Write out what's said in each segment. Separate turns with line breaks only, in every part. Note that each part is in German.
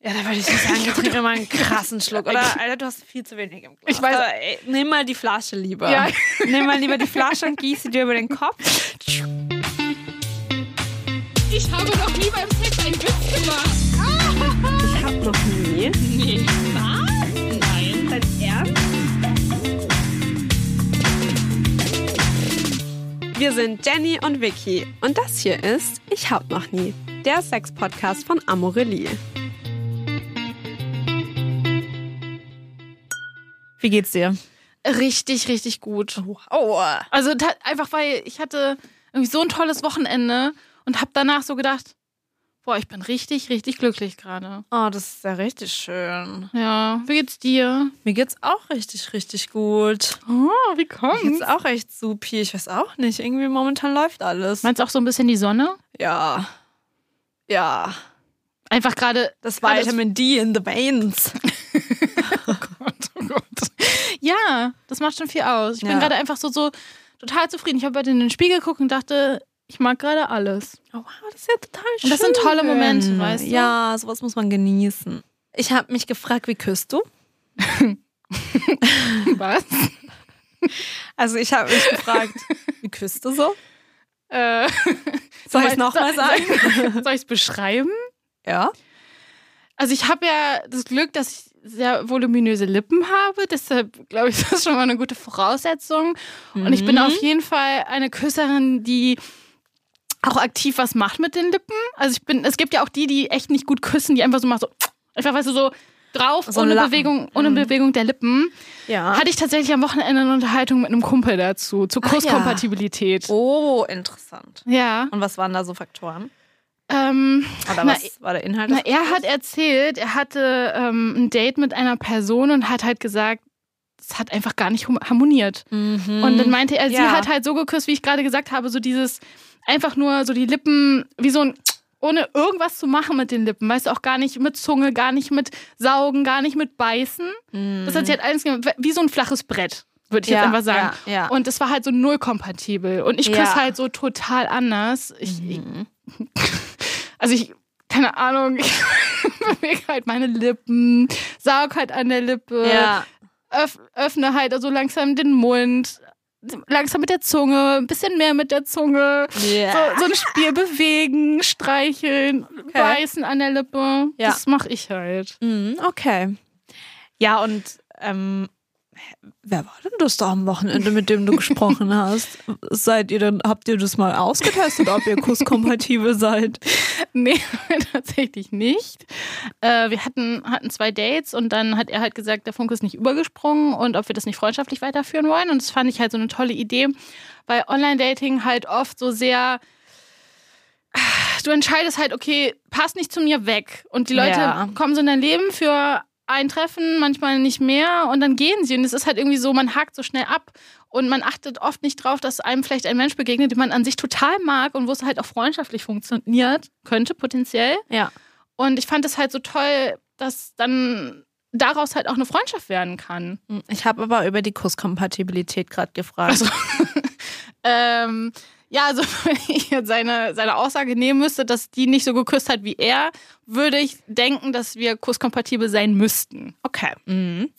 Ja, da würde ich so sagen, jetzt trink mir mal einen krassen Schluck. Oder, Alter, du hast viel zu wenig im Glas.
Ich weiß-
Aber, ey, nimm mal die Flasche lieber.
Ja.
Nimm mal lieber die Flasche und gieß sie dir über den Kopf.
Ich habe noch nie beim Sex einen Witz gemacht.
Wir sind Jenny und Vicky. Und das hier ist Ich hab noch nie. Der Sex-Podcast von Amorelie. Wie geht's dir?
Richtig, richtig gut.
Oh.
Also ta- einfach, weil ich hatte irgendwie so ein tolles Wochenende und habe danach so gedacht, boah, ich bin richtig, richtig glücklich gerade.
Oh, das ist ja richtig schön.
Ja, wie geht's dir?
Mir geht's auch richtig, richtig gut.
Oh, wie
Mir geht's auch echt supi. Ich weiß auch nicht. Irgendwie momentan läuft alles.
Meinst du auch so ein bisschen die Sonne?
Ja. Ja.
Einfach gerade.
Das
Alles-
Vitamin D in the veins.
Oh Gott. Ja, das macht schon viel aus. Ich
Ja.
bin gerade einfach so, so total zufrieden. Ich habe heute in den Spiegel geguckt und dachte, ich mag gerade alles.
Oh, wow, das ist ja total schön.
Und das sind tolle Momente, weißt du?
Ja, sowas muss man genießen. Ich habe mich gefragt, wie küsst du?
Was?
Also ich habe mich gefragt, wie küsst du so?
Äh,
Soll ich
meinst-
es nochmal sagen?
soll ich es beschreiben?
Ja.
Also ich habe ja das Glück, dass ich sehr voluminöse Lippen habe. Deshalb glaube ich, das ist schon mal eine gute Voraussetzung. Und ich
Mhm.
bin auf jeden Fall eine Küsserin, die auch aktiv was macht mit den Lippen. Also ich bin, es gibt ja auch die, die echt nicht gut küssen, die einfach so macht so, einfach weißt du so drauf,
So ein
ohne
Lappen. Mhm.
Bewegung, ohne Bewegung der Lippen.
Ja.
Hatte ich tatsächlich am Wochenende eine Unterhaltung mit einem Kumpel dazu zur
Ah, ja.
Kurskompatibilität.
Oh, interessant.
Ja.
Und was waren da so Faktoren?
Ähm,
Oder
Na,
was war der Inhalt?
Na,
des
er
Gesprächs?
hat erzählt, er hatte ähm, ein Date mit einer Person und hat halt gesagt, es hat einfach gar nicht hum- harmoniert.
Mhm.
e- Und dann meinte er, sie
Ja.
hat halt so geküsst, wie ich gerade gesagt habe, so dieses einfach nur so die Lippen, wie so ein ohne irgendwas zu machen mit den Lippen, weißt du, auch gar nicht mit Zunge, gar nicht mit Saugen, gar nicht mit Beißen.
Mhm.
Das hat sie halt alles gemacht, wie so ein flaches Brett, würde ich
Ja,
jetzt einfach sagen.
ja, ja.
Und es war halt so null kompatibel. Und ich küsse
Ja. Mhm.
halt so total anders. Ich, also ich, keine Ahnung, ich bewege halt meine Lippen, saug halt an der Lippe,
ja.
öff, öffne halt so also langsam den Mund, langsam mit der Zunge, ein bisschen mehr mit der Zunge.
Ja.
So, so ein Spiel bewegen, streicheln, beißen an der Lippe.
Ja.
Das mache ich halt.
Mhm, okay. Ja, und ähm, wer war denn das da am Wochenende, mit dem du gesprochen hast? Seid ihr denn, habt ihr das mal ausgetestet, ob ihr kusskompatibel seid?
Nee, tatsächlich nicht. Äh, wir hatten, hatten zwei Dates und dann hat er halt gesagt, der Funke ist nicht übergesprungen und ob wir das nicht freundschaftlich weiterführen wollen. Und das fand ich halt so eine tolle Idee, weil Online-Dating halt oft so sehr. Du entscheidest halt, okay, passt nicht zu mir weg. Und die Leute
Ja.
kommen so in dein Leben für ein Treffen, manchmal nicht mehr und dann gehen sie. Und es ist halt irgendwie so, man hakt so schnell ab. Und man achtet oft nicht drauf, dass einem vielleicht ein Mensch begegnet, den man an sich total mag und wo es halt auch freundschaftlich funktioniert könnte, potenziell.
Ja.
Und ich fand es halt so toll, dass dann daraus halt auch eine Freundschaft werden kann.
Ich habe aber über die Kusskompatibilität gerade gefragt.
Ähm, ja, also wenn ich jetzt seine, seine Aussage nehmen müsste, dass die nicht so geküsst hat wie er, würde ich denken, dass wir kusskompatibel sein müssten.
okay. Mhm.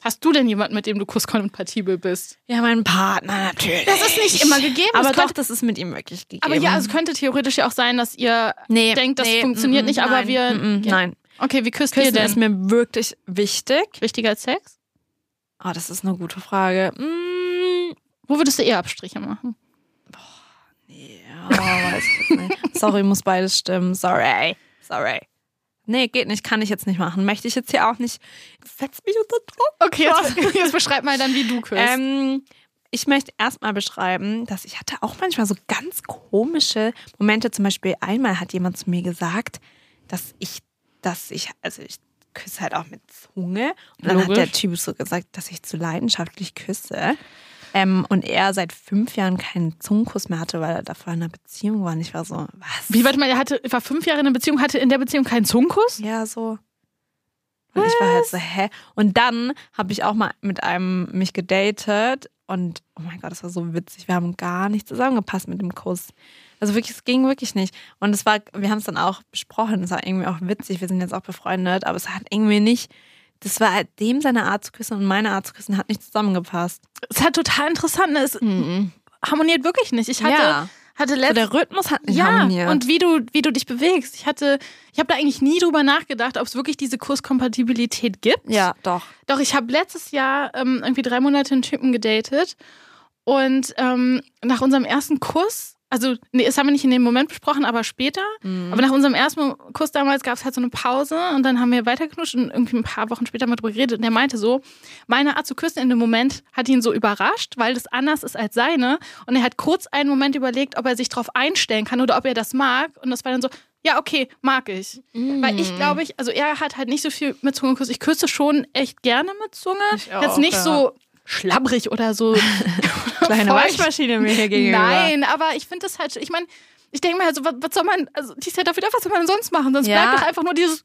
Hast du denn jemanden, mit dem du kusskompatibel bist?
Ja, mein Partner natürlich. Das ist nicht
immer gegeben.
Aber
Das
doch,
könnte-
das ist mit ihm wirklich gegeben.
Aber ja, es könnte theoretisch ja auch sein, dass ihr
nee,
denkt, das funktioniert nicht, aber
nein,
wir-
mm, mm,
Ja.
Nein,
Okay, wie küsst ihr
Küssen ist
denn?
mir wirklich wichtig.
Wichtiger als Sex?
Ah, das ist eine gute Frage. Mm,
Wo würdest du eher Abstriche machen?
Ja, weiß ich jetzt nicht. Sorry, muss beides stimmen. Sorry. Sorry. Nee, geht nicht, kann ich jetzt nicht machen. Möchte ich jetzt hier auch nicht. Setz mich unter Druck.
Okay, jetzt, jetzt beschreib mal dann, wie du küsst.
Ähm, ich möchte erstmal beschreiben, dass ich hatte auch manchmal so ganz komische Momente. Zum Beispiel einmal hat jemand zu mir gesagt, dass ich, dass ich, also ich küsse halt auch mit Zunge. Und dann hat
Logisch.
der Typ so gesagt, dass ich zu leidenschaftlich küsse. Ähm, und er seit fünf Jahren keinen Zungenkuss mehr hatte, weil er davor in einer Beziehung war. Und ich war so, was?
Wie, warte mal, er hatte, war fünf Jahre in einer Beziehung, hatte in der Beziehung keinen Zungenkuss?
Ja, so. Und ich war halt so, hä? Und dann habe ich auch mal mit einem mich gedatet und oh mein Gott, das war so witzig. Wir haben gar nicht zusammengepasst mit dem Kuss. Also wirklich, es ging wirklich nicht. Und es war, wir haben es dann auch besprochen, es war irgendwie auch witzig, wir sind jetzt auch befreundet, aber es hat irgendwie nicht, das war halt dem seine Art zu küssen und meine Art zu küssen hat nicht zusammengepasst.
Es hat total interessant. ne? Es harmoniert wirklich nicht. Ich hatte,
Ja.
hatte
So,
letzte
der Rhythmus hat nicht
ja,
harmoniert.
und wie du, wie du dich bewegst. Ich hatte, ich habe da eigentlich nie drüber nachgedacht, ob es wirklich diese Kurskompatibilität gibt.
ja, doch.
Doch, ich habe letztes Jahr ähm, irgendwie drei Monate einen Typen gedatet. Und ähm, nach unserem ersten Kuss, also, nee, das haben wir nicht in dem Moment besprochen, aber später. Aber nach unserem ersten Kuss damals gab es halt so eine Pause und dann haben wir weitergeknutscht und irgendwie ein paar Wochen später mal drüber geredet. Und er meinte so, meine Art zu küssen in dem Moment hat ihn so überrascht, weil das anders ist als seine. Und er hat kurz einen Moment überlegt, ob er sich darauf einstellen kann oder ob er das mag. Und das war dann so, ja, okay, mag ich. Weil ich glaube, ich, also er hat halt nicht so viel mit Zunge geküsst. Ich küsse schon echt gerne mit Zunge.
Ich auch,
Jetzt nicht
ja.
so schlabbrig oder so.
Kleine
Feucht.
Waschmaschine mir hier gegenüber.
Nein, aber ich finde das halt, ich meine, ich denke mir halt so, was, was soll man, also die ist ja dafür da, was soll man denn sonst machen? Sonst
Ja.
bleibt doch einfach nur dieses,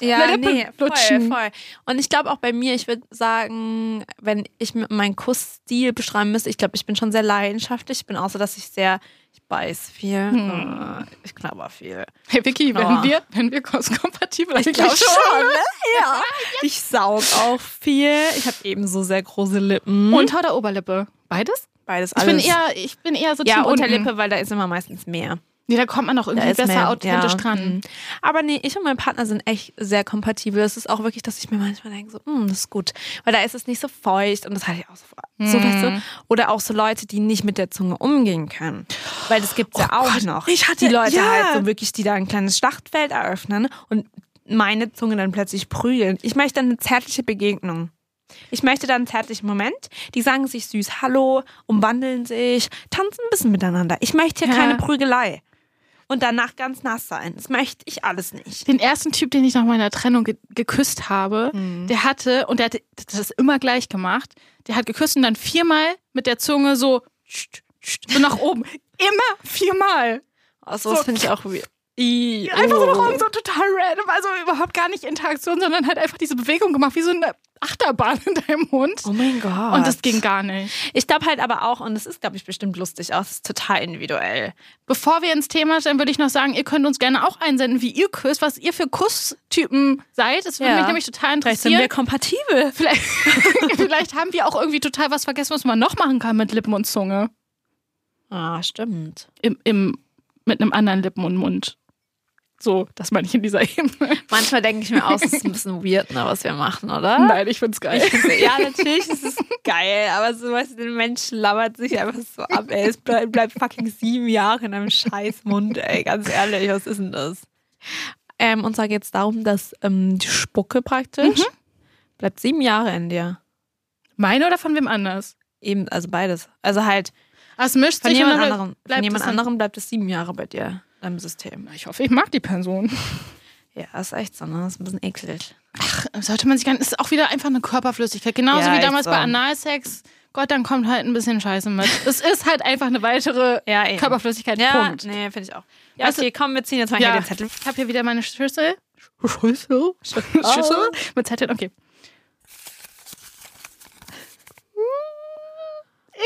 Ja,
Lippe
nee, voll,
lutschen.
voll. Und ich glaube auch bei mir, ich würde sagen, wenn ich m- meinen Kussstil beschreiben müsste, ich glaube, ich bin schon sehr leidenschaftlich. Ich bin außer, dass ich sehr, ich beiß viel, äh, ich knabber viel.
hey Vicky,
Aua.
wenn wir, wenn wir kompatibel
Oh. Ich glaube schon, ne? Ja. Ich saug auch viel. Ich habe ebenso sehr große Lippen.
Unter- oder Oberlippe? Beides?
beides
Ich
Hm? alles.
bin eher, ich bin eher so
ja,
Team unten.
Unterlippe, weil da ist immer meistens mehr.
Nee, da kommt man auch
Da
irgendwie
ist
besser
mehr,
authentisch
ja.
dran.
Mhm. Aber nee, ich und mein Partner sind echt sehr kompatibel. Es ist auch wirklich, dass ich mir manchmal denke, so, "Hm, das ist gut. Weil da ist es nicht so feucht und das hatte ich auch so, so weißt du. Oder auch so Leute, die nicht mit der Zunge umgehen können. Weil das gibt es ja auch noch.
ich hatte-
die Leute
ja.
halt so wirklich, die da ein kleines Schlachtfeld eröffnen und meine Zunge dann plötzlich prügeln. Ich möchte dann eine zärtliche Begegnung. Ich möchte dann einen zärtlichen Moment. Die sagen sich süß Hallo, umwandeln sich, tanzen ein bisschen miteinander. Ich möchte hier
Ja.
keine Prügelei und danach ganz nass sein. Das möchte ich alles nicht.
Den ersten Typ, den ich nach meiner Trennung ge geküsst habe,
Mhm.
der hatte, und der hat das immer gleich gemacht, der hat geküsst und dann viermal mit der Zunge so, tscht, tscht, so nach oben. Immer viermal.
Also,
So.
das finde ich auch weird. I,
Einfach so nach
oh.
oben, so total random. Also überhaupt gar nicht Interaktion, sondern halt einfach diese Bewegung gemacht, wie so eine Achterbahn in deinem Mund.
Oh mein Gott.
und das ging gar nicht.
Ich glaube halt aber auch, und das ist, glaube ich, bestimmt lustig auch, es ist total individuell.
Bevor wir ins Thema stellen, würde ich noch sagen, ihr könnt uns gerne auch einsenden, wie ihr küsst, was ihr für Kusstypen seid. Das würde
Ja.
mich nämlich total
Vielleicht sind wir
interessieren.
kompatibel.
Vielleicht, vielleicht haben wir auch irgendwie total was vergessen, was man noch machen kann mit Lippen und Zunge.
Ah, stimmt.
Im, im, mit einem anderen Lippen und Mund. So, das meine ich in dieser Ebene.
Manchmal denke ich mir auch, es ist ein bisschen weird, ne, was wir machen, oder?
Nein, ich find's geil.
Ich find's- ja, natürlich, es ist geil, aber so weißt du, der Mensch labert sich einfach so ab, ey. Es bleibt, bleibt fucking sieben Jahre in einem scheiß Mund, ey. Ganz ehrlich, was ist denn das? Ähm, und zwar geht es darum, dass ähm, die Spucke praktisch bleibt sieben Jahre in dir.
Meine oder von wem anders?
Eben, also beides. Also halt,
Ah, Es mischt
von
sich
jemand
und dann
anderem. Von
bleibt
jemand
es dann-
anderem bleibt es sieben Jahre bei dir im System.
Ich hoffe, ich mag die Person.
Ja, ist echt so, ne? Ist ein bisschen eklig.
Sollte man sich gar nicht. Ist auch wieder einfach eine Körperflüssigkeit. Genauso
Ja,
wie
echt
damals
so.
bei Analsex. Gott, dann kommt halt ein bisschen Scheiße mit. Es ist halt einfach eine weitere
Ja, eben.
Körperflüssigkeit.
Ja,
Punkt.
nee, finde ich auch. Ja,
Weißt du-
okay, komm, wir ziehen jetzt mal
Ah, Ja,
hier den Zettel.
ich habe hier wieder meine Schüssel. Schüssel? Ah. Schüssel? Mit Zetteln, okay.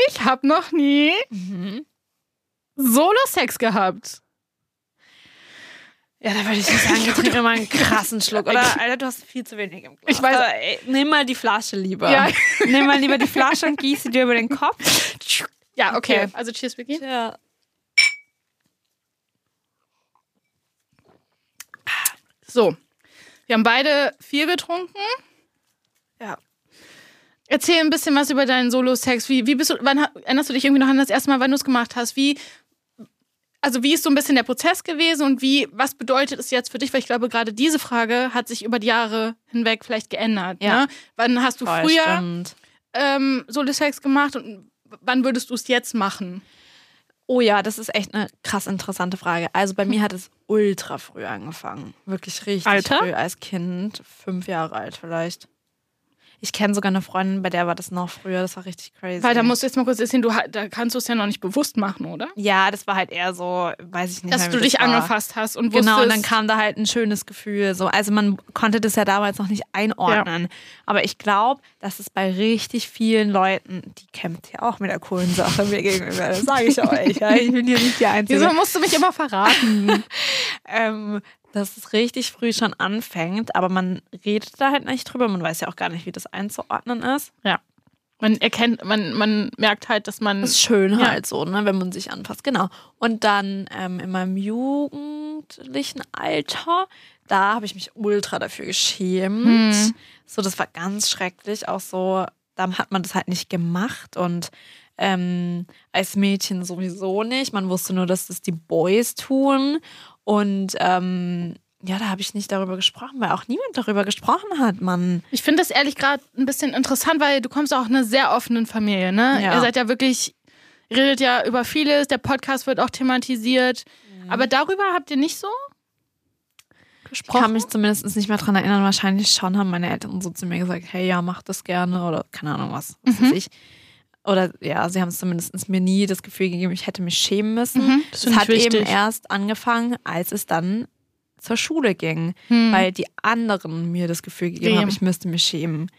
Ich habe noch nie Mhm. Solo-Sex gehabt.
Ja, da würde ich sagen, ich trinke mir mal einen krassen Schluck. Oder, Alter, du hast viel zu wenig im Glas.
Ich weiß-
Aber, ey, nimm mal die Flasche lieber.
Ja.
Nimm mal lieber die Flasche und gieß sie dir über den Kopf.
Ja, okay.
Okay.
Also, cheers, Vicky.
Ja.
So, wir haben beide viel getrunken.
Ja.
Erzähl ein bisschen was über deinen Solo-Sex. Wie, wie bist du, wann ha- erinnerst du dich irgendwie noch an das erste Mal, wann du es gemacht hast? Wie, also wie ist so ein bisschen der Prozess gewesen und wie, was bedeutet es jetzt für dich? Weil ich glaube, gerade diese Frage hat sich über die Jahre hinweg vielleicht geändert.
Ja.
Ne? Wann hast du früher
stimmt.
ähm, Solo-Sex gemacht und wann würdest du es jetzt machen?
Oh ja, das ist echt eine krass interessante Frage. Also bei mir hat es ultra früh angefangen. Wirklich richtig
Alter?
früh als Kind. Fünf Jahre alt vielleicht. Ich kenne sogar eine Freundin, bei der war das noch früher. Das war richtig crazy.
Weil da musst du jetzt mal kurz erzählen, du, ha- da kannst du es ja noch nicht bewusst machen, oder?
ja, das war halt eher so, weiß ich nicht.
Dass
mehr, wie
du dich
das war.
angefasst hast und wusstest.
Genau, und dann kam da halt ein schönes Gefühl. So. Also man konnte das ja damals noch nicht einordnen. Aber ich glaube, dass es bei richtig vielen Leuten, die kämpft ja auch mit der coolen Sache mir gegenüber. Das sage ich euch. Ja. Ich bin hier nicht die Einzige.
Wieso musst du mich immer verraten?
ähm, dass es richtig früh schon anfängt, aber man redet da halt nicht drüber. Man weiß ja auch gar nicht, wie das einzuordnen ist.
ja. Man erkennt, man, man merkt halt, dass man.
Das ist schön
Ja.
halt so, ne, wenn man sich anfasst. Genau. Und dann ähm, in meinem jugendlichen Alter, da habe ich mich ultra dafür geschämt.
Hm.
So, das war ganz schrecklich. Auch so, da hat man das halt nicht gemacht und ähm, als Mädchen sowieso nicht. Man wusste nur, dass das die Boys tun. Und ähm, ja, da habe ich nicht darüber gesprochen, weil auch niemand darüber gesprochen hat, Mann.
Ich finde das ehrlich gerade ein bisschen interessant, weil du kommst auch aus einer sehr offenen Familie, ne?
Ja.
Ihr seid ja wirklich, ihr redet ja über vieles, der Podcast wird auch thematisiert. Aber darüber habt ihr nicht so
Mhm. Ich kann
gesprochen.
mich zumindest nicht mehr dran erinnern. Wahrscheinlich schon haben meine Eltern so zu mir gesagt, hey, ja, mach das gerne oder keine Ahnung was,
Mhm.
was weiß ich. Oder ja, sie haben es zumindest mir nie das Gefühl gegeben, ich hätte mich schämen müssen.
Mhm, das
Das
find ich
hat eben
wichtig.
erst angefangen, als es dann zur Schule ging,
Hm.
weil die anderen mir das Gefühl gegeben haben,
Eben.
ich müsste mich schämen.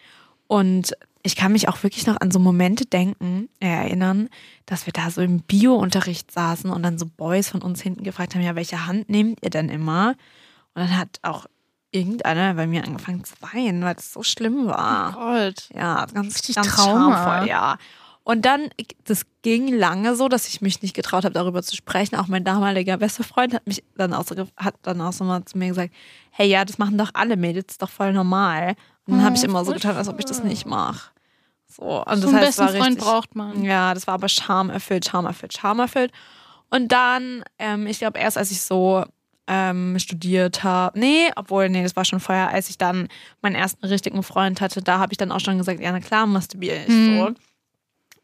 Und ich kann mich auch wirklich noch an so Momente denken, äh, erinnern, dass wir da so im Bio-Unterricht saßen und dann so Boys von uns hinten gefragt haben, ja, welche Hand nehmt ihr denn immer? Und dann hat auch irgendeiner bei mir angefangen zu weinen, weil das so schlimm
Oh
war.
Gott.
Ja, ganz,
Richtig
ganz
Trauma.
traumvoll, ja. Und dann, ich- das ging lange so, dass ich mich nicht getraut habe, darüber zu sprechen. Auch mein damaliger bester Freund hat mich dann auch so, ge- hat dann auch so mal zu mir gesagt, hey, ja, das machen doch alle Mädels, ist doch voll normal. Und dann habe ich
Oh,
immer so
voll
getan, als ob ich das nicht mache. So, und das
So einen
heißt, es war
besten Freund
richtig,
braucht man.
Ja, das war aber schamerfüllt, schamerfüllt, schamerfüllt. Und dann, ähm, ich glaube, erst als ich so ähm, studiert habe. Nee, obwohl, nee, das war schon vorher, als ich dann meinen ersten richtigen Freund hatte, da habe ich dann auch schon gesagt, ja, na klar, masturbiere ich
Mhm.
so.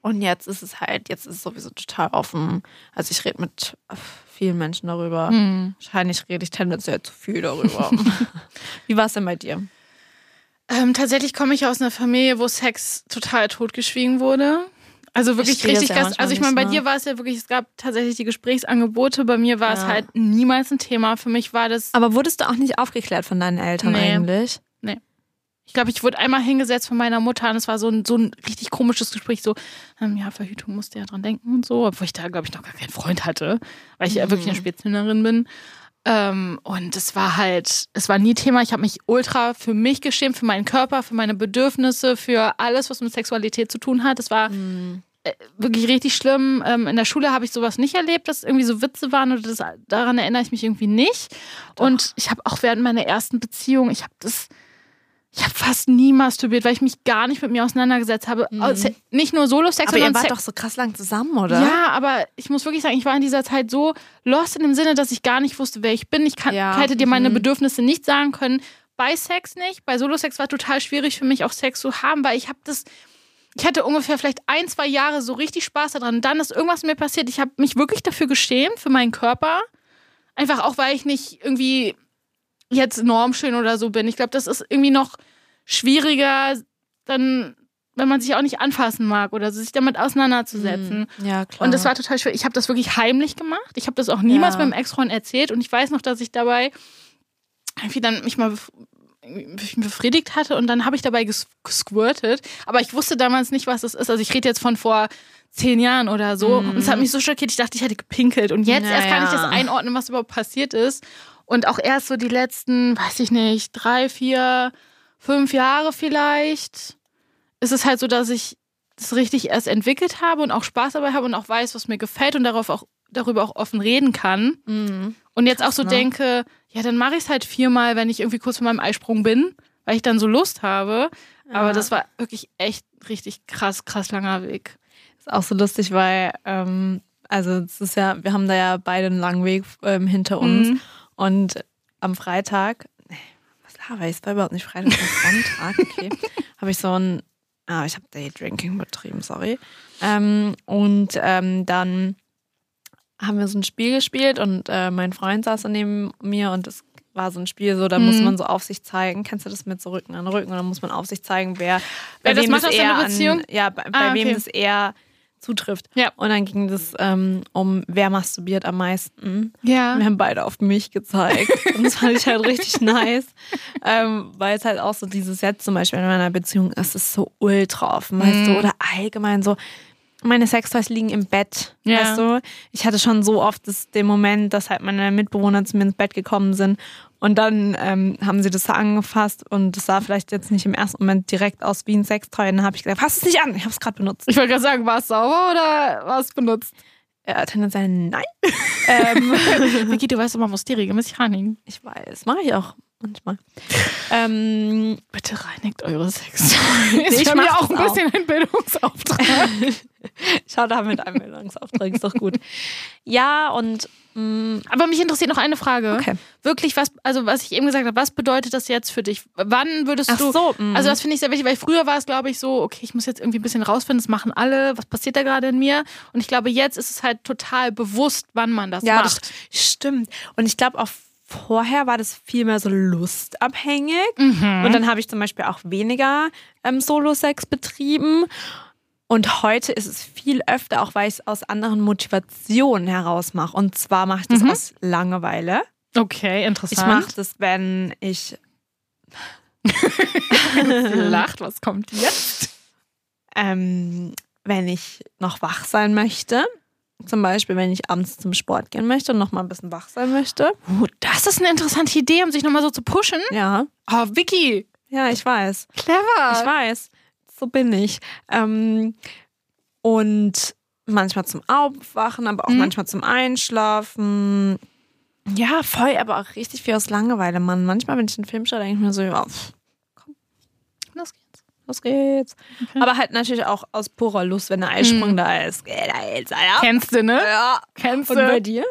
Und jetzt ist es halt, jetzt ist es sowieso total offen. Also ich rede mit äh, vielen Menschen darüber.
Hm.
Wahrscheinlich rede ich tendenziell zu viel darüber. Wie war es denn bei dir?
Ähm, tatsächlich komme ich aus einer Familie, wo Sex total totgeschwiegen wurde. Also wirklich
verstehe das
richtig
ja
krass.
manchmal
Also ich meine, bei
nicht, ne?
dir war es ja wirklich, es gab tatsächlich die Gesprächsangebote. Bei mir war es
Ja.
halt niemals ein Thema. Für mich war das,
Aber wurdest du auch nicht aufgeklärt von deinen Eltern
Nee.
eigentlich?
ich glaube, ich wurde einmal hingesetzt von meiner Mutter und es war so ein, so ein richtig komisches Gespräch. So, ähm, ja, Verhütung musste ja dran denken und so. Obwohl ich da, glaube ich, noch gar keinen Freund hatte, weil ich ja wirklich eine Spätzünderin bin. Ähm, und es war halt, es war nie Thema. Ich habe mich ultra für mich geschämt, für meinen Körper, für meine Bedürfnisse, für alles, was mit Sexualität zu tun hat. Es war äh, wirklich richtig schlimm. Ähm, in der Schule habe ich sowas nicht erlebt, dass irgendwie so Witze waren oder das, daran erinnere ich mich irgendwie nicht. Und ich habe auch während meiner ersten Beziehung, ich habe das, ich habe fast nie masturbiert, weil ich mich gar nicht mit mir auseinandergesetzt habe.
Mhm.
Also, nicht nur Solo-Sex,
Aber ihr
sondern
wart
Sex.
doch so krass lang zusammen, oder?
Ja, aber ich muss wirklich sagen, ich war in dieser Zeit so lost in dem Sinne, dass ich gar nicht wusste, wer ich bin. Ich kann,
Ja,
hätte dir meine
mhm.
Bedürfnisse nicht sagen können. Bei Sex nicht. Bei Solo-Sex war total schwierig für mich, auch Sex zu haben, weil ich habe das. Ich hatte ungefähr vielleicht ein, zwei Jahre so richtig Spaß daran. Dann ist irgendwas mit mir passiert. Ich habe mich wirklich dafür geschämt, für meinen Körper. Einfach auch, weil ich nicht irgendwie jetzt normschön oder so bin. Ich glaube, das ist irgendwie noch schwieriger, dann, wenn man sich auch nicht anfassen mag oder so, sich damit auseinanderzusetzen.
Mhm. Ja, klar.
Und das war total schwer. Ich habe das wirklich heimlich gemacht. Ich habe das auch niemals
Ja.
meinem Ex-Freund erzählt. Und ich weiß noch, dass ich dabei irgendwie dann mich mal bef- irgendwie befriedigt hatte und dann habe ich dabei ges- gesquirtet. Aber ich wusste damals nicht, was das ist. Also ich rede jetzt von vor zehn Jahren oder so. Und
Mhm.
es hat mich so schockiert. Ich dachte, ich hätte gepinkelt. Und jetzt
Ja,
erst kann ich
ja.
das einordnen, was überhaupt passiert ist. Und auch erst so die letzten, weiß ich nicht, drei, vier, fünf Jahre vielleicht ist es halt so, dass ich das richtig erst entwickelt habe und auch Spaß dabei habe und auch weiß, was mir gefällt und darauf auch, darüber auch offen reden kann.
Mhm.
Und jetzt auch so
ne?
denke, ja, dann mache ich es halt viermal, wenn ich irgendwie kurz vor meinem Eisprung bin, weil ich dann so Lust habe. Aber
Ja.
das war wirklich echt richtig krass, krass langer Weg.
Ist auch so lustig, weil, ähm, also es ist ja, wir haben da ja beide einen langen Weg ähm, hinter uns.
Mhm.
Und am Freitag, nee, was laber ich? Es war überhaupt nicht Freitag, es war Sonntag, okay. habe ich so ein, ah, ich habe Day Drinking betrieben, sorry. Ähm, und ähm, dann haben wir so ein Spiel gespielt und äh, mein Freund saß neben mir und es war so ein Spiel, so da
Mhm.
muss man so auf sich zeigen. Kennst du das mit so Rücken an Rücken? Und dann muss man auf sich zeigen, wer,
Wer das macht aus
eher
seiner Beziehung?
An, ja, bei, bei
Ah, okay.
wem das eher zutrifft.
Ja.
Und dann ging das ähm, um, wer masturbiert am meisten.
Ja.
Wir haben beide auf mich gezeigt. Und das fand ich halt richtig nice. Ähm, weil es halt auch so dieses jetzt zum Beispiel in meiner Beziehung ist, ist so ultra offen, weißt
Mhm.
du? Oder allgemein so, meine Sextoys liegen im Bett,
Ja.
weißt du? Ich hatte schon so oft das, den Moment, dass halt meine Mitbewohner zu mir ins Bett gekommen sind. Und dann ähm, haben sie das da angefasst und das sah vielleicht jetzt nicht im ersten Moment direkt aus wie ein Sextoy. Und dann habe ich gesagt, fass es nicht an, ich habe es gerade benutzt.
Ich wollte gerade sagen, war es sauber oder war es benutzt?
Äh, tendenziell nein. ähm,
Vicky, du weißt, doch, man muss die regelmäßig reinigen.
ich weiß, mache ich auch manchmal. ähm,
Bitte reinigt eure Sex. Ist
ich mach
ich mir auch Ähm, ein
das auch.
bisschen ein Bildungsauftrag.
Schau da mit Anmeldungsauftrag, ist doch gut. Ja, und mh,
Aber mich interessiert noch eine Frage.
Okay.
Wirklich, was, also was ich eben gesagt habe, was bedeutet das jetzt für dich? Wann würdest
Ach
du.
so, mm.
Also das finde ich sehr wichtig, weil früher war es, glaube ich, so, okay, ich muss jetzt irgendwie ein bisschen rausfinden, das machen alle, was passiert da gerade in mir? Und ich glaube, jetzt ist es halt total bewusst, wann man das
ja, das
macht.
stimmt. Und ich glaube auch vorher war das viel mehr so lustabhängig. Und dann habe ich zum Beispiel auch weniger ähm, Solo-Sex betrieben. Und heute ist es viel öfter, auch weil ich es aus anderen Motivationen heraus mache. Und zwar mache ich das aus Langeweile.
Okay,
Ich mache
interessant.
das, wenn ich
Ich mache lacht, was kommt jetzt?
ähm, wenn ich noch wach sein möchte. Zum Beispiel, wenn ich abends zum Sport gehen möchte und noch mal ein bisschen wach sein möchte.
Oh, das ist eine interessante Idee, um sich nochmal so zu pushen.
Ja,
Oh, Vicky,
ja, ich weiß. Ich
clever.
weiß. So bin ich. Ähm, und manchmal zum Aufwachen, aber auch manchmal zum Einschlafen. Ja, voll, aber auch richtig viel aus Langeweile, Mann. Manchmal, wenn ich einen Film schaue, denke ich mir so, ja, pff,
Los geht's.
los geht's. Aber halt natürlich auch aus purer Lust, wenn der Eisprung da ist. Geh da jetzt, Alter.
Kennst du, ne?
Mhm. Ja.
Kennst
Und
du?
bei dir?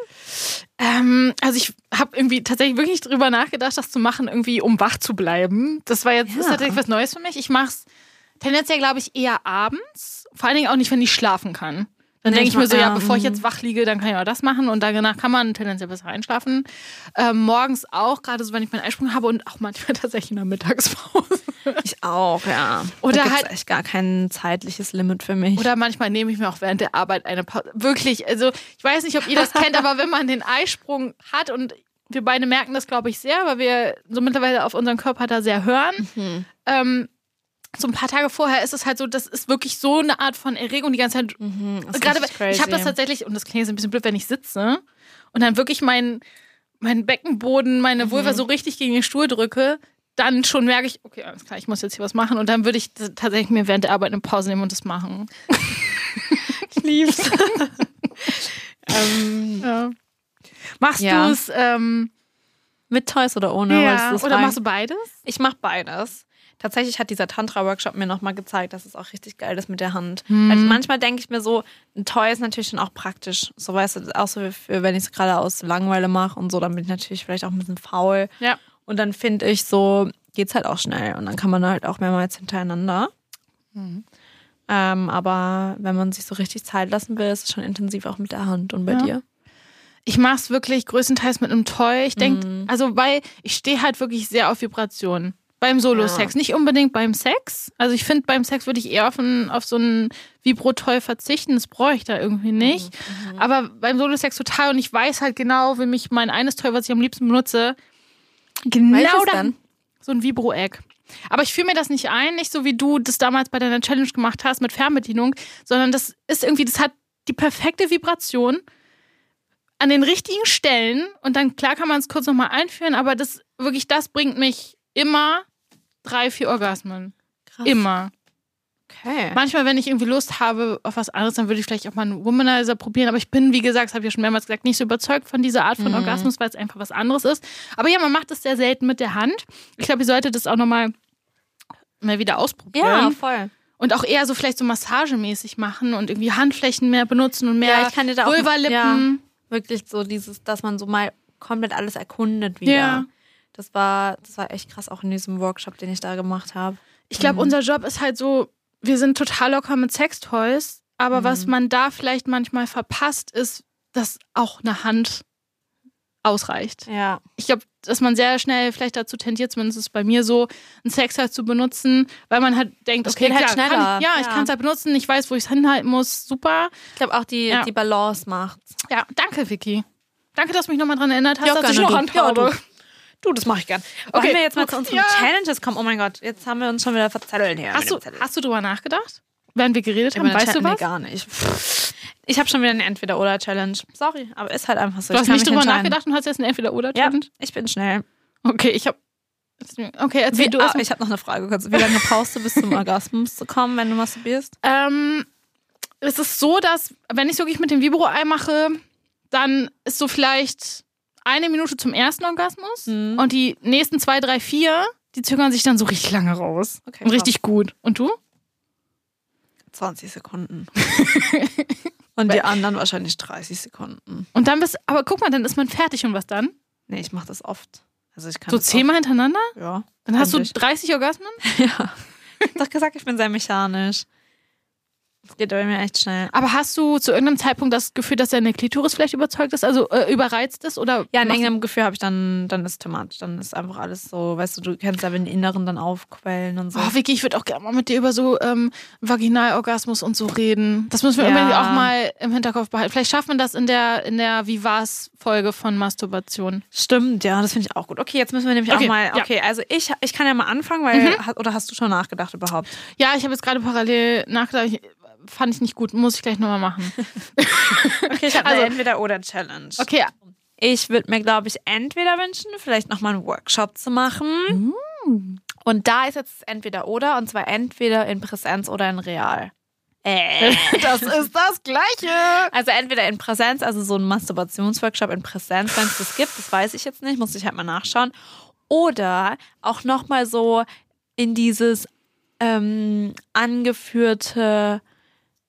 Ähm, also ich habe irgendwie tatsächlich wirklich nicht drüber nachgedacht, das zu machen, irgendwie um wach zu bleiben. Das war jetzt das ist
Ja.
tatsächlich was Neues für mich. Ich mache es tendenziell, glaube ich, eher abends. Vor allen Dingen auch nicht, wenn ich schlafen kann. Dann
Nee,
denke
ich
ich mir
mach- ah, mhm.
so, ja,
ja,
bevor ich jetzt wach liege, dann kann ich auch das machen und danach kann man tendenziell besser einschlafen. Ähm, morgens auch, gerade so, wenn ich meinen Einsprung habe und auch manchmal tatsächlich in der Mittagspause.
Ich auch, ja.
Oder
da gibt's
halt-
echt gar kein zeitliches Limit für mich.
Oder manchmal nehme ich mir auch während der Arbeit eine Pause. Wirklich, also ich weiß nicht, ob ihr das kennt, aber wenn man den Eisprung hat und wir beide merken das, glaube ich, sehr, weil wir so mittlerweile auf unseren Körper da sehr hören.
Mhm.
Ähm, so ein paar Tage vorher ist es halt so, das ist wirklich so eine Art von Erregung die ganze Zeit.
Mhm, Das ist
Gerade,
richtig
weil- ich habe das
crazy.
tatsächlich, und das klingt jetzt ein bisschen blöd, wenn ich sitze und dann wirklich meinen meinen Beckenboden,
Mhm.
meine Vulva so richtig gegen den Stuhl drücke, dann schon merke ich, okay, alles klar, ich muss jetzt hier was machen. Und dann würde ich t- tatsächlich mir während der Arbeit eine Pause nehmen und das machen.
liebst. ähm,
Ja. Machst
Ja.
du es ähm,
mit Toys oder ohne?
ja, oder machst du beides?
ich mache beides. Tatsächlich hat dieser Tantra-Workshop mir nochmal gezeigt, dass es auch richtig geil ist mit der Hand. Weil manchmal denke ich mir so, ein Toy ist natürlich schon auch praktisch. So weißt du, auch so für, wenn ich es gerade aus Langeweile mache und so, dann bin ich natürlich vielleicht auch ein bisschen faul.
Ja.
Und dann finde ich so, geht's halt auch schnell. Und dann kann man halt auch mehrmals hintereinander. Mhm. Ähm, aber wenn man sich so richtig Zeit lassen will, ist es schon intensiv auch mit der Hand und bei
Ja.
dir.
Ich mache es wirklich größtenteils mit einem Toy. Ich denke, also weil ich stehe halt wirklich sehr auf Vibrationen. Beim Solo-Sex, nicht unbedingt beim Sex. Also ich finde, beim Sex würde ich eher auf, ein, auf so einen Vibrotoy verzichten. Das bräuchte ich da irgendwie nicht. Aber beim Solo-Sex total. Und ich weiß halt genau, wie mich mein eines Toy, was ich am liebsten benutze, genau
Welches
dann-
denn?
So ein Vibro-Egg. Aber ich fühle mir das nicht ein, nicht so wie du das damals bei deiner Challenge gemacht hast mit Fernbedienung, sondern das ist irgendwie, das hat die perfekte Vibration an den richtigen Stellen und dann, klar kann man es kurz nochmal einführen, aber das wirklich, das bringt mich immer drei, vier Orgasmen.
Krass.
Immer.
Okay.
Manchmal, wenn ich irgendwie Lust habe auf was anderes, dann würde ich vielleicht auch mal einen Womanizer probieren. Aber ich bin, wie gesagt, das habe ich ja schon mehrmals gesagt, nicht so überzeugt von dieser Art von
Mhm.
Orgasmus, weil es einfach was anderes ist. Aber ja, man macht es sehr selten mit der Hand. Ich glaube, ihr solltet das auch nochmal mal wieder ausprobieren.
ja, voll.
Und auch eher so vielleicht so massagemäßig machen und irgendwie Handflächen mehr benutzen und mehr
Ja, ich kann dir da auch-
Vulvalippen.
Wirklich so dieses, dass man so mal komplett alles erkundet wieder.
Ja.
Das war, das war echt krass, auch in diesem Workshop, den ich da gemacht habe.
Ich
Mhm.
glaube, unser Job ist halt so, wir sind total locker mit Sextoys,
Mhm.
aber was man da vielleicht manchmal verpasst, ist, dass auch eine Hand ausreicht.
Ja.
Ich glaube, dass man sehr schnell vielleicht dazu tendiert, zumindest ist es bei mir so, einen Sex halt zu benutzen, weil man halt denkt,
Das
okay,
geht halt
klar,
schneller.
Kann, ja, ich
Ja.
kann es halt benutzen, ich weiß, wo ich es hinhalten muss, super.
Ich glaube auch, die,
Ja.
die Balance macht.
Ja, danke, Vicky. Danke, dass du mich nochmal dran erinnert hast,
Ja,
dass ich
gerne,
noch
du. Ja,
antraue.
du. Du, das mache ich gern. Okay,
Okay.
Wollen wir jetzt mal zu unseren
Ja.
Challenges kommen? Oh mein Gott, jetzt haben wir uns schon wieder verzettelt hier.
Hast du, hast du drüber nachgedacht, während wir geredet haben?
aber
Weißt du was?
gar nicht. Pff. Ich habe schon wieder eine Entweder-Oder-Challenge. Sorry, aber ist halt einfach so.
Du
Ich
hast
kann
nicht
mich
drüber
entscheiden.
nachgedacht und hast jetzt ein
Ja,
Entweder-Oder-Challenge?
ich bin schnell.
Okay, ich habe. Okay, erzähl
Wie,
du
ah,
erst mal.
ich habe noch eine Frage. Kurz. Wie lange brauchst du bis zum Orgasmus zu kommen, wenn du masturbierst?
Ähm, es ist so, dass, wenn ich es wirklich mit dem Vibro-Ei mache, dann ist so vielleicht eine Minute zum ersten Orgasmus
Mhm.
und die nächsten zwei, drei, vier, die zögern sich dann so richtig lange raus.
Okay,
und richtig gut. Und du?
20 Sekunden. Und die anderen wahrscheinlich 30 Sekunden.
Und dann bist, aber guck mal, dann ist man fertig und was dann?
Nee, ich mache das oft. Also ich kann
So
das
zehnmal hintereinander?
Oft, ja.
Dann hast du
Endlich.
30 Orgasmen?
Ja. Ich hab doch gesagt, ich bin sehr mechanisch. Das geht bei mir echt schnell.
Aber hast du zu irgendeinem Zeitpunkt das Gefühl, dass deine Klitoris vielleicht überzeugt ist, also äh, überreizt ist? Oder
Ja, in
machst-
irgendeinem Gefühl habe ich dann, dann ist Tomat. Dann ist einfach alles so, weißt du, du kennst ja den Inneren dann aufquellen und so.
Oh, Vicky, ich würde auch gerne mal mit dir über so ähm, Vaginalorgasmus und so reden. Das müssen wir
Ja.
irgendwie auch mal im Hinterkopf behalten. Vielleicht schafft man das in der, in der Vivas-Folge von Masturbation.
Stimmt, ja, das finde ich auch gut. Okay, jetzt müssen wir nämlich
Okay,
auch mal.
ja.
Okay, Mhm. also ich, ich kann ja mal anfangen, weil. ha- Oder hast du schon nachgedacht überhaupt?
Ja, ich habe jetzt gerade parallel nachgedacht, ich, fand ich nicht gut, muss ich gleich nochmal machen.
Okay, ich habe
Also-
eine Entweder-Oder-Challenge.
Okay,
Ich würde mir, glaube ich, entweder wünschen, vielleicht nochmal einen Workshop zu machen. Mm. Und da ist jetzt Entweder-Oder, und zwar entweder in Präsenz oder in Real. Äh, das ist
das Gleiche.
Also entweder in Präsenz, also so ein Masturbationsworkshop in Präsenz, wenn es das gibt, das weiß ich jetzt nicht, muss ich halt mal nachschauen. Oder auch nochmal so in dieses ähm, angeführte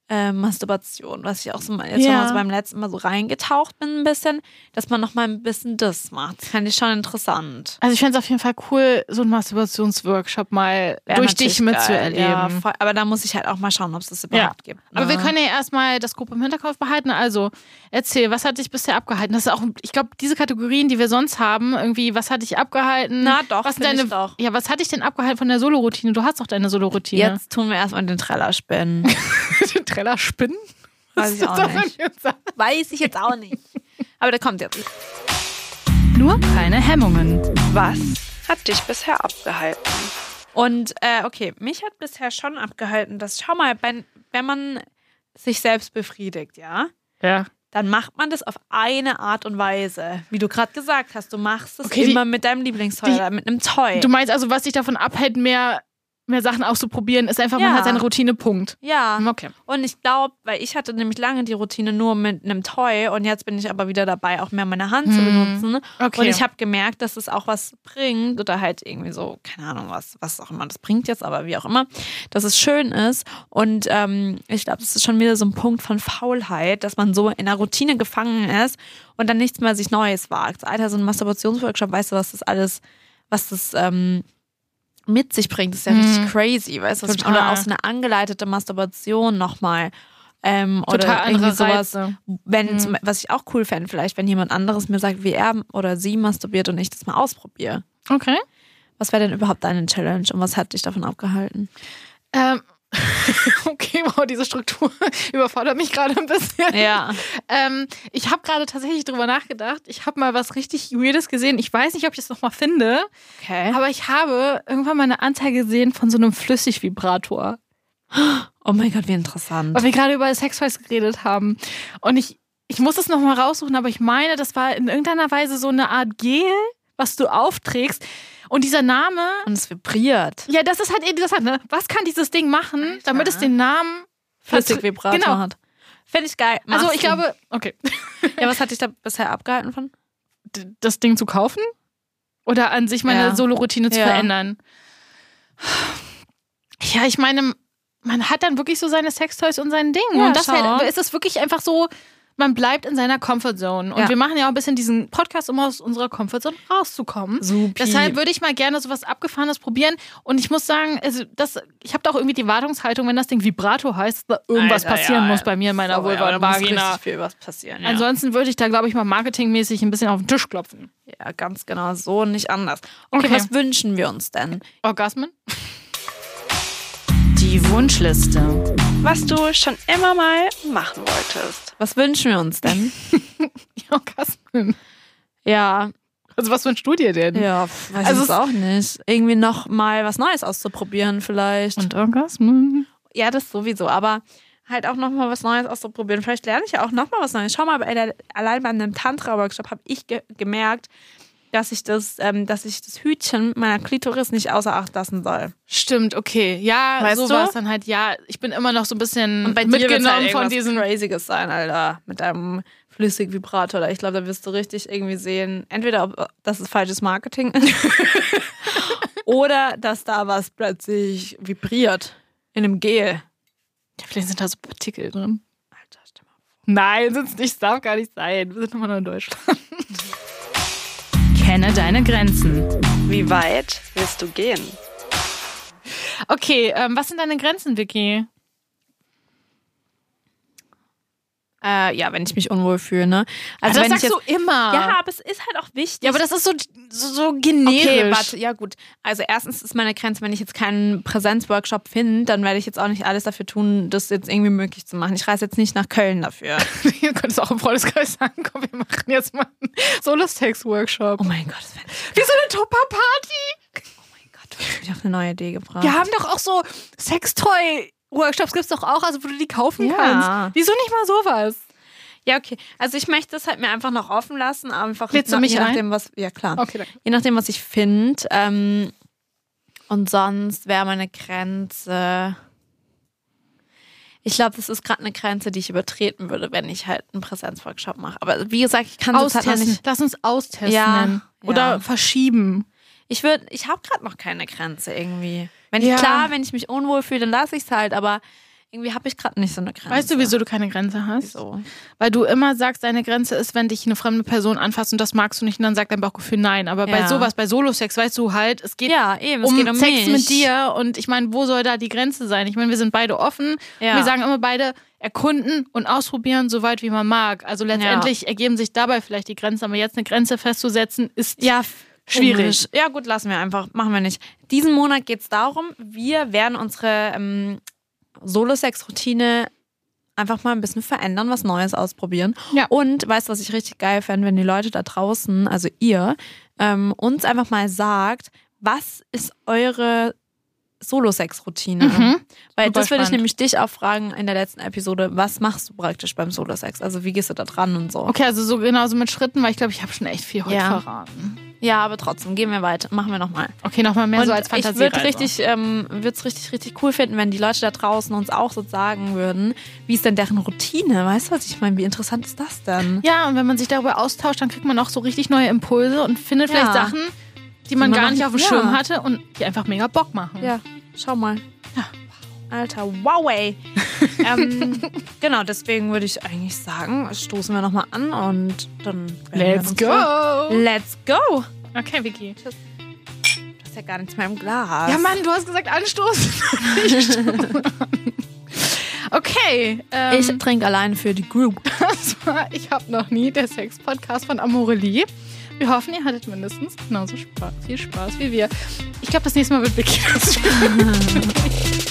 äh, Masturbation, was ich auch so mal, jetzt
Ja.
nochmal so beim letzten Mal so reingetaucht bin ein bisschen, dass man nochmal ein bisschen das macht. Das fände ich schon interessant.
Also ich fände es auf jeden Fall cool, so einen Masturbationsworkshop mal
Wär
durch dich
natürlich geil.
mitzuerleben.
Ja, voll, aber da muss ich halt auch mal schauen, ob es das überhaupt gibt.
Aber
ne?
wir können ja erstmal das Gruppe im Hinterkopf behalten. Also, erzähl, was hat dich bisher abgehalten? Das ist auch, ich glaube, diese Kategorien, die wir sonst haben, irgendwie, was hat dich abgehalten?
Na doch,
was
find
deine,
ich doch.
Ja, was hat dich denn abgehalten von der Solo-Routine? Du hast doch deine Solo-Routine.
Jetzt tun wir erstmal den Treller spinnen.
Den Treller spinnen?
Weiß ich auch nicht. Weiß ich jetzt auch nicht. Aber der kommt jetzt.
Nur keine Hemmungen.
Was hat dich bisher abgehalten? Und äh, okay, mich hat bisher schon abgehalten, dass, schau mal, wenn, wenn man sich selbst befriedigt, ja,
Ja.
dann macht man das auf eine Art und Weise. Wie du gerade gesagt hast, du machst es
Okay, die-
immer mit deinem Lieblingstoy
die-
oder mit einem Toy.
Du meinst also, was dich davon abhält, mehr, mehr Sachen auszuprobieren, ist einfach,
Ja.
man hat seine Routine, Punkt.
ja.
Okay.
Und ich glaube, weil ich hatte nämlich lange die Routine nur mit einem Toy und jetzt bin ich aber wieder dabei, auch mehr meine Hand zu benutzen.
okay.
Und ich habe gemerkt, dass es auch was bringt oder halt irgendwie so, keine Ahnung, was, was auch immer das bringt jetzt, aber wie auch immer, dass es schön ist. Und ähm, ich glaube, das ist schon wieder so ein Punkt von Faulheit, dass man so in einer Routine gefangen ist und dann nichts mehr sich Neues wagt. Alter, so ein Masturbationsworkshop, weißt du, was das alles, was das ähm, mit sich bringt, ist ja richtig crazy, weißt du? was ich-
Mhm. Total.
Oder auch so eine angeleitete Masturbation nochmal. Ähm,
Total
oder irgendwie
andere
sowas,
Reize. Mhm.
wenn zum, was ich auch cool fände, vielleicht, wenn jemand anderes mir sagt, wie er oder sie masturbiert und ich das mal ausprobiere.
Okay.
Was wäre denn überhaupt deine Challenge und was hat dich davon abgehalten?
Ähm, okay, wow, diese Struktur überfordert mich gerade ein bisschen.
Ja.
Ähm, ich habe gerade tatsächlich drüber nachgedacht. Ich habe mal was richtig Weirdes gesehen. Ich weiß nicht, ob ich es nochmal finde,
Okay.
aber ich habe irgendwann mal eine Anzeige gesehen von so einem Flüssigvibrator,
Oh mein Gott, wie interessant.
weil wir gerade über Sextoys geredet haben. Und ich, ich muss es nochmal raussuchen, aber ich meine, das war in irgendeiner Weise so eine Art Gel, was du aufträgst. Und dieser Name
Und es vibriert.
Ja, das ist halt interessant, ne? Was kann dieses Ding machen, damit es den Namen
Plastikvibrator
Genau.
hat. Finde ich geil.
Also
Machst
ich
du.
glaube, okay,
Ja, was hat dich da bisher abgehalten von?
D- das Ding zu kaufen oder an sich meine
Ja.
Solo-Routine zu
Ja.
verändern. Ja, ich meine, man hat dann wirklich so seine Sextoys und sein Ding
Ja,
und das
schau.
halt, ist es wirklich einfach so man bleibt in seiner Comfortzone. Und
Ja.
wir machen ja auch ein bisschen diesen Podcast, um aus unserer Comfortzone rauszukommen.
Supi.
Deshalb würde ich mal gerne sowas Abgefahrenes probieren. Und ich muss sagen, also das, ich habe da auch irgendwie die Wartungshaltung, wenn das Ding Vibrato heißt, da irgendwas
Alter,
passieren
ja,
muss bei mir in meiner
sorry,
Vulva
aber
und
da muss
Vagina.
richtig viel was passieren. Ja.
Ansonsten würde ich da, glaube ich, mal marketingmäßig ein bisschen auf den Tisch klopfen.
ja, ganz genau so und nicht anders. Okay,
Okay.
was wünschen wir uns denn?
Orgasmen? Die Wunschliste.
Was du schon immer mal machen wolltest.
Was wünschen wir uns denn?
Orgasmen.
ja,
Also was wünschst du dir denn?
ja, pf, weiß also ich
Also es-
jetzt auch nicht. Irgendwie noch mal was Neues auszuprobieren vielleicht.
Und Orgasmen.
ja, das sowieso, aber halt auch noch mal was Neues auszuprobieren. Vielleicht lerne ich ja auch noch mal was Neues. Schau mal, bei der, allein bei einem Tantra-Workshop habe ich ge gemerkt, dass ich das, ähm, dass ich das Hütchen meiner Klitoris nicht außer Acht lassen soll.
Stimmt, okay. Ja,
Weißt
so
du?
war es dann halt. Ja, ich bin immer noch so ein bisschen
Und bei dir wird's
mitgenommen
halt
von
von
diesen
Crazyes sein, Alter, mit deinem Flüssigvibrator. da. Ich glaube, da wirst du richtig irgendwie sehen, entweder, ob das ist falsches Marketing ist oder dass da was plötzlich vibriert in einem Gel.
Ja, vielleicht sind da so Partikel drin. Nein, sind's nicht. darf gar nicht sein. Wir sind immer noch in Deutschland. Kenne deine Grenzen.
Wie weit willst du gehen?
Okay, ähm, was sind deine Grenzen, Vicky?
Äh, ja, wenn ich mich unwohl fühle, ne? Also
das
wenn ich
sagst
jetzt,
du immer.
Ja, aber es ist halt auch wichtig.
Ja, aber das ist so, so, so generisch.
Okay, warte, ja gut. Also erstens ist meine Grenze, wenn ich jetzt keinen Präsenzworkshop finde, dann werde ich jetzt auch nicht alles dafür tun, das jetzt irgendwie möglich zu machen. Ich reise jetzt nicht nach Köln dafür.
Ihr könnt es auch im Freundeskreis sagen, komm, wir machen jetzt mal einen Solostext-Workshop.
Oh mein Gott, das wäre
Wie so eine Tupper-Party.
mein Gott, du hast mich auf eine neue Idee gebracht.
Wir haben doch auch so Sextoy-Workshops, gibt's doch auch, also wo du die kaufen
Ja.
kannst. Wieso nicht mal sowas?
Ja, okay. Also ich möchte das halt mir einfach noch offen lassen, einfach
Lädst du
nach-
mich
je
ein?
nachdem, was. Ja, klar.
Okay, danke.
Je nachdem, was ich finde. Ähm, und sonst wäre meine Grenze. Ich glaube, das ist gerade eine Grenze, die ich übertreten würde, wenn ich halt einen Präsenzworkshop mache. Aber wie gesagt, ich kann das halt noch
Austesten.
nicht.
Lass uns austesten.
Ja,
Oder
ja.
verschieben.
Ich würde, ich habe gerade noch keine Grenze irgendwie. Wenn ich,
Ja.
Klar, wenn ich mich unwohl fühle, dann lasse ich es halt, aber irgendwie habe ich gerade nicht so eine Grenze.
Weißt du, wieso du keine Grenze hast?
Wieso?
Weil du immer sagst, deine Grenze ist, wenn dich eine fremde Person anfasst und das magst du nicht und dann sagt dein Bauchgefühl nein. Aber bei
Ja.
sowas, bei Solo-Sex, weißt du halt, es geht
Ja, eben. es
um,
geht um
Sex
mich.
mit dir und ich meine, wo soll da die Grenze sein? Ich meine, wir sind beide offen.
Ja.
Wir sagen immer beide, erkunden und ausprobieren, soweit wie man mag. Also letztendlich ergeben sich dabei vielleicht die Grenzen, aber jetzt eine Grenze festzusetzen, ist
Ja, f-
Schwierig.
komisch. Ja, gut, lassen wir einfach. Machen wir nicht. Diesen Monat geht es darum, wir werden unsere ähm, Solo-Sex-Routine einfach mal ein bisschen verändern, was Neues ausprobieren.
Ja.
Und weißt du, was ich richtig geil fände, wenn die Leute da draußen, also ihr, ähm, uns einfach mal sagt, was ist eure Solo-Sex-Routine?
Mhm.
Weil das
Super
würde ich
spannend.
nämlich dich auch fragen in der letzten Episode, was machst du praktisch beim Solo-Sex? Also wie gehst du da dran und so?
Okay, also so genauso mit Schritten, weil ich glaube, ich habe schon echt viel heute
Ja.
verraten.
Ja, aber trotzdem, gehen wir weiter. Machen wir nochmal.
Okay, nochmal mehr
Und
so als
ich
Fantasie.
würde richtig, ähm, würd's richtig, richtig cool finden, wenn die Leute da draußen uns auch so sagen würden, wie ist denn deren Routine? Weißt du, was ich meine? Wie interessant ist das denn?
Ja, und wenn man sich darüber austauscht, dann kriegt man auch so richtig neue Impulse und findet vielleicht
Ja.
Sachen, die man,
man
gar
noch
nicht auf dem
nicht-
Schirm
ja.
hatte und die einfach mega Bock machen.
Ja, schau mal. Alter, wow, ey. ähm, genau, deswegen würde ich eigentlich sagen, stoßen wir nochmal an und dann. werden wir
Let's
uns-
go!
Let's go!
Okay, Vicky.
Das ist ja gar nichts mehr im Glas.
Ja, Mann, du hast gesagt anstoßen. Ich stoße an. okay. Ähm,
Ich trinke allein für die Group.
das war Ich hab noch nie der Sex-Podcast von Amorelie. Wir hoffen, ihr hattet mindestens genauso Spaß, viel Spaß wie wir. Ich glaube, das nächste Mal wird Vicky das spielen.